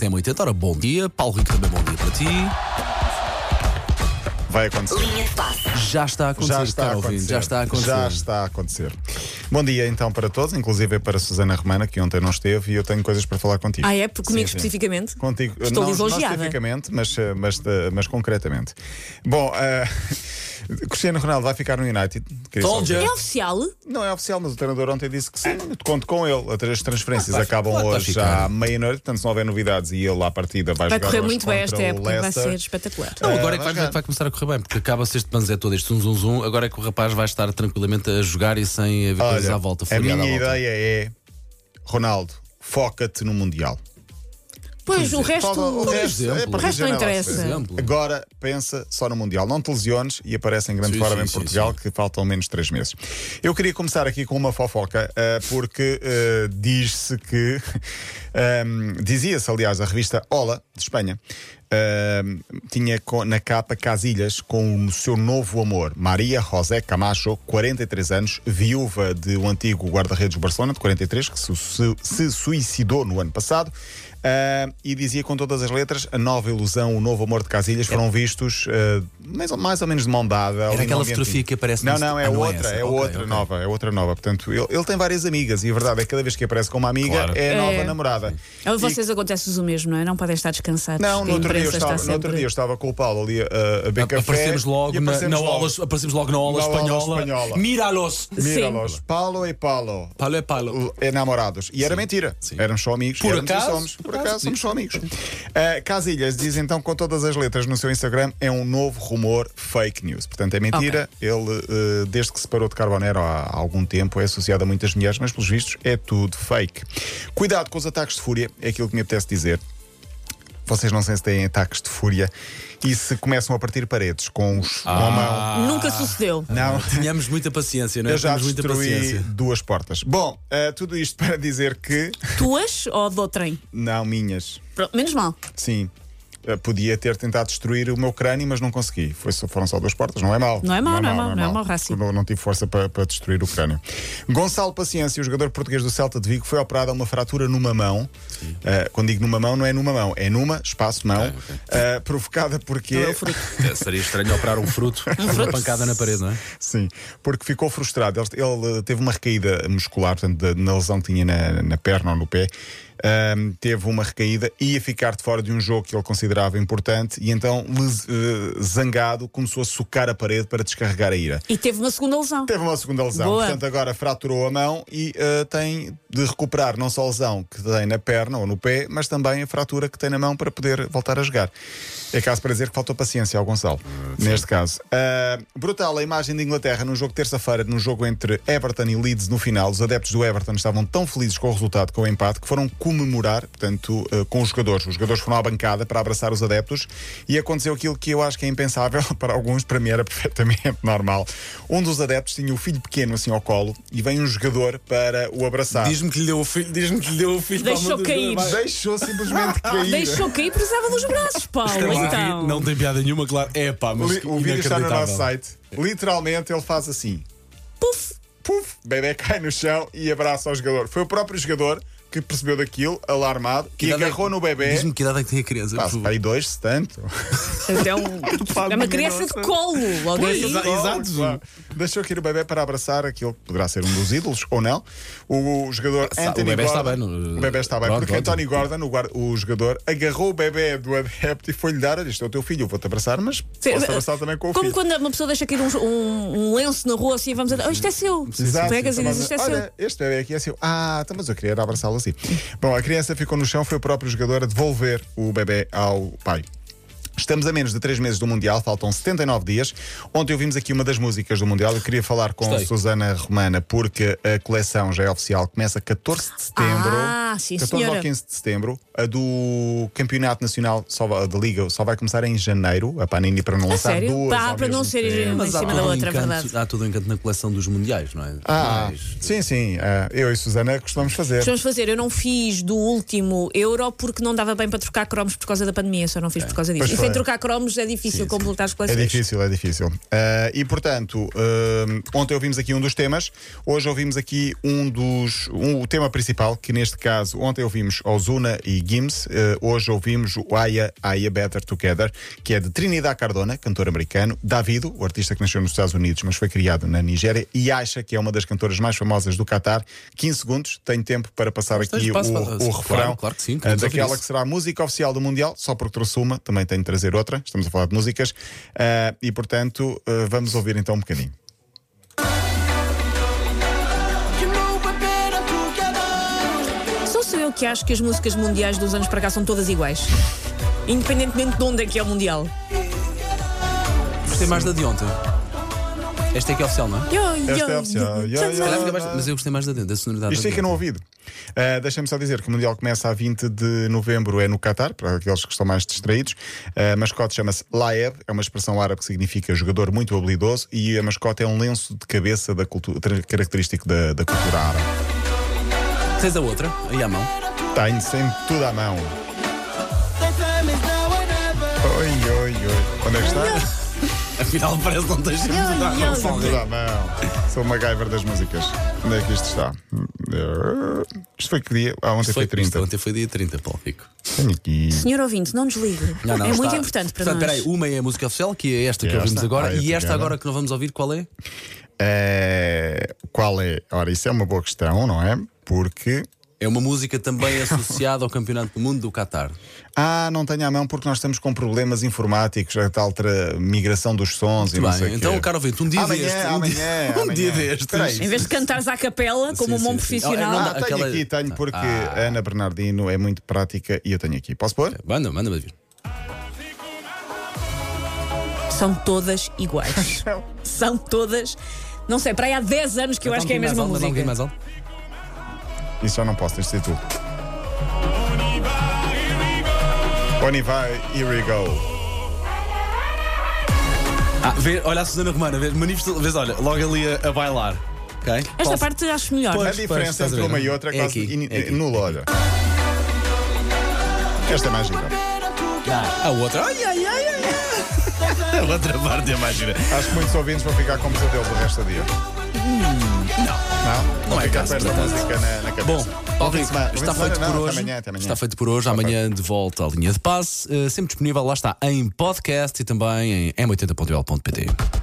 da M80. Ora, bom dia. Paulo Rico também, bom dia para ti. Vai acontecer. Linha de passe. Já está a acontecer, Já está, a caro ouvinte, acontecer. tá Já está a acontecer. Já está a acontecer. Bom dia então para todos, inclusive para a Susana Romana, que ontem não esteve, e eu tenho coisas para falar contigo. Ah, é? Porque Comigo Sim, sim. especificamente? Contigo, não, Estou não lisonjeada. especificamente, mas, eh, mas, eh, mas concretamente. Bom, eh, Cristiano Ronaldo vai ficar no United. Queria só Soldier. dizer. É oficial? Não é oficial, mas o treinador ontem disse que sim. Conto com ele. As transferências Ah, vai- acabam claro que vai hoje ficar. à meia-noite, portanto, se não houver novidades e ele à partida vai, Vai jogar correr hoje muito bem esta contra o época, vai Leicester. ser espetacular. Não, agora é que vai vai, jogar. vai começar a correr bem, porque acaba-se este banzé todo, este zum zum zum. Agora é que o rapaz vai estar tranquilamente a jogar e sem haver coisas Olha, à volta. a floreada minha à volta. ideia é, Ronaldo, foca-te no Mundial. Pois, o resto. Fala- o resto, exemplo. é para O resto não dizer nada. Por interessa. exemplo. Agora pensa só no Mundial. Não te lesiones e aparece em grande Sim, forma sim, em sim, Portugal, que faltam menos três meses. Eu queria começar aqui com uma fofoca, ah, porque ah, diz-se que. ahm, Dizia-se, aliás, a revista Ola, de Espanha, ahm, tinha co- na capa Casilhas com o seu novo amor, Maria José Camacho, 43 anos, viúva de um antigo guarda-redes do Barcelona, de 43, que se, su- se suicidou no ano passado. Ah, e dizia com todas as letras a nova ilusão, o novo amor de Casilhas foram É. vistos ah, mais, ou, mais ou menos de mão dada. Era ali aquela num ambientinho. fotografia que aparece um Não, no não, Insta- é Ah, não é outra, essa. é Ok, outra ok. nova, é outra nova. Portanto, ele, ele tem várias amigas e a verdade é que cada vez que aparece com uma amiga Claro. é a nova É. namorada. A vocês acontece-vos o mesmo, não é? Não podem estar descansados. Não, que no a outro, dia eu imprensa estava, está no outro sempre- dia eu estava com o Paulo ali a, a beber café. Aparecemos logo e na, aparecemos na logo. aula, aparecemos logo na aula Na aula espanhola. espanhola. Mira-los. Mira-los, Paulo e Paulo. Palo é palo. eh, namorados. E era mentira. Sim. Éramos só amigos. Por Éramos e acaso? somos. Por Por acaso, acaso, somos só amigos. Ah, Casilhas diz então com todas as letras no seu Instagram: é um novo rumor fake news. Portanto, é mentira. Ele, eh, desde que se parou de Carbonero há, há algum tempo, é associado a muitas mulheres, mas pelos vistos é tudo fake. Cuidado com os ataques de fúria, é aquilo que me apetece dizer. Vocês não sei se têm ataques de fúria e se começam a partir paredes com, os, Ah. com a mão. Nunca sucedeu. Não. Tínhamos muita paciência, não é? Eu já Tínhamos muita destruí paciência. duas portas. Bom, eh, tudo isto para dizer que. Tuas ou do trem? Não, minhas. Pronto, menos mal. Sim. Eh, Podia ter tentado destruir o meu crânio, mas não consegui. Foi só- foram só duas portas, não é mal. Não é mau, não é mau, não é mau, Raci. Não, não tive força para, para destruir o crânio. Gonçalo Paciência, o jogador português do Celta de Vigo, foi operado a uma fratura numa mão. Eh, quando digo numa mão, não é numa mão, é numa, espaço, mão, eh, provocada porque. Não é o fruto. É, seria estranho operar um fruto, uma pancada na parede, não é? Sim, porque ficou frustrado. Ele, ele, eh, teve uma recaída muscular, portanto, da- na lesão que tinha na, na perna ou no pé. Ahm, teve uma recaída, ia ficar de fora de um jogo que ele considerava importante e então, les- eh, zangado, começou a socar a parede para descarregar a ira. E teve uma segunda lesão. Teve uma segunda lesão, Boa. portanto, agora fraturou a mão e eh, tem de recuperar não só a lesão que tem na perna ou no pé, mas também a fratura que tem na mão para poder voltar a jogar. É caso para dizer que faltou paciência ao Gonçalo, neste caso. Ah, brutal a imagem de Inglaterra num jogo de terça-feira, num jogo entre Everton e Leeds no final. Os adeptos do Everton estavam tão felizes com o resultado, com o empate, que foram comemorar, portanto, eh, com os jogadores. Os jogadores foram à bancada para abraçar os adeptos e aconteceu aquilo que eu acho que é impensável para alguns, para mim era perfeitamente normal. Um dos adeptos tinha o filho pequeno assim ao colo e vem um jogador para o abraçar. Diz-me que lhe deu o filho, diz-me que lhe deu o filho Deixou para a mão dos- cair. Vai. Deixou simplesmente cair. Deixou cair e precisava dos braços, Paulo. é Estamos aqui, Então. Não tem piada nenhuma, claro. É pá, mas Li- O vídeo está no nosso inacreditável. site. Literalmente ele faz assim. Puf! puf, bebê cai no chão e abraça o jogador. Foi o próprio jogador que percebeu daquilo, alarmado, Que e idade é- agarrou no bebê. Diz-me que idade é que tem a criança. por Pá, favor. aí dois, se tanto. É, um- é uma criança de colo. Logo assim. aí. exa- exato. Claro. Deixou que ir o bebê para abraçar aquilo que poderá ser um dos ídolos ou não. O, o jogador Ah, Anthony o bebé está Gordon. bem, não- O bebê está bem, Pronto, porque pronto. Anthony Gordon, o, guarda- o jogador, agarrou o bebê do adepto e foi-lhe dar: Olha, isto é o teu filho, eu vou-te abraçar, mas Sim, posso abraçar também com o Como filho. quando uma pessoa deixa cair um, um- um lenço na rua assim, vamos a. Oh, isto é seu. Exato. Pegas e Então, dizes isto é olha, seu. este bebê aqui é seu. Ah, então, mas eu queria era abraçá-lo assim. Bom, a criança ficou no chão, foi o próprio jogador a devolver o bebê ao pai. Estamos a menos de 3 meses do Mundial, faltam 79 dias. Ontem ouvimos aqui uma das músicas do Mundial. Eu queria falar com Gostei. a Susana Romana, porque a coleção já é oficial, começa 14 de setembro. Ah, sim, 14 senhora. ao 15 de setembro. A do Campeonato Nacional só, va- da Liga só vai começar em janeiro. A Panini para não A lançar sério? duas. Pá, ao para não mesmo ser tempo. uma em Mas há cima todo da um outra, encanto- verdade. Há todo um encanto na coleção dos mundiais, não é? Ah, Mas- sim, sim. ah, eu e Susana costumamos fazer. Vamos fazer, eu não fiz do último euro porque não dava bem para trocar cromos por causa da pandemia, só não fiz por causa É. disso. Pois Isso foi, Sem trocar cromos é difícil completar as É coleções. difícil, é difícil. Ah, e portanto, ah, ontem ouvimos aqui um dos temas, hoje ouvimos aqui um dos. um- o tema principal, que neste caso, ontem ouvimos Ozuna e Gims, ah, hoje ouvimos o Aya, Aya Better Together, que é de Trinidad Cardona, cantor americano, Davido, o artista que nasceu nos Estados Unidos, mas foi criado na Nigéria, e acha que é uma das cantoras mais famosas do Qatar. 15 segundos, tenho tempo para passar tens aqui o, espaço para- o claro, refrão assim. claro que sim, ah, queremos ouvir daquela isso. que será a música oficial do Mundial, só porque trouxe uma, também tenho de trazer outra, estamos a falar de músicas, Ah, e portanto ah, vamos ouvir então um bocadinho. Só sou eu que acho que as músicas mundiais dos anos para cá são todas iguais. Independentemente de onde é que é o mundial. Gostei mais da de ontem. Esta é que é oficial, não é? Yo, Esta yo, é oficial. Yo, yo, Se calhar fica mais- Mas eu gostei mais da de ontem, da sonoridade. Isto é da de fica no ontem. ouvido. Ah, Deixa-me só dizer que o Mundial começa a 20 de novembro, é no Qatar, para aqueles que estão mais distraídos. Ah, A mascote chama-se Laeb, é uma expressão árabe que significa jogador muito habilidoso, e a mascote é um lenço de cabeça da cultu- tra- característico da, da cultura árabe. Tens a outra, aí à mão. Tenho sempre tudo à mão. Oi, oi, oi. Onde é que está? Afinal, parece que não tens sempre Ai, nada a ai, relação. Tudo à mão. Sou o MacGyver das músicas. Onde é que isto está? Isto foi que dia? Ah, ontem Foi foi, 30. Ontem foi dia 30, Paulo Rico. Tenho aqui. Senhor ouvinte, não desligue. Não, não, é muito está- importante para Portanto, nós. peraí, uma é a música oficial, que é esta que Esta. ouvimos agora, Ah, é e esta pequena. agora que não vamos ouvir, qual é? Eh, qual é? Ora, isso é uma boa questão, não é? Porque. É uma música também associada ao Campeonato do Mundo do Qatar. Ah, não tenho à mão porque nós estamos com problemas informáticos, a tal tra- migração dos sons e Muito não bem, sei o quê. então, caro ouvinte, um dia Amanhã, destes. Um amanhã, dia, um amanhã. dia destes. Espera aí. Em vez de cantares à capela, como Sim, um bom sim, sim. profissional. Não Ah, dá tenho aquela- aqui, tenho, porque Ah. a Ana Bernardino é muito prática e eu tenho aqui. Posso pôr? Manda, manda-me vir. São todas iguais. São todas. Não sei, para aí há 10 anos Então que eu acho que é a Então, mesma música. mais alto. Isso já não posso, tens de ser tu. Onivai, here we go. Ah, vê, olha a Susana Romana, vê, manifesta, vês, olha, logo ali a, a bailar. ok? Esta Paulo- parte acho melhor. A Pois. diferença estás a entre ver, uma e não? outra é É quase aqui, in- é aqui. nula, olha. Esta é mais gira. Ah, a outra. Ai, ai, ai, ai, ai. A outra parte é mais gira. Acho que muitos ouvintes vão ficar com pesadelos o resto do dia. Hum. não, Não Vão é ficar caso, com esta não é música na, na cabeça. Bom, Paulo Ouvinte Rico, semana- está ouvinte feito semana? por Não, hoje. Até amanhã, até amanhã. Está feito por hoje. Amanhã de volta à linha de passe. eh, sempre disponível, lá está, em podcast e também em m80.ol.pt.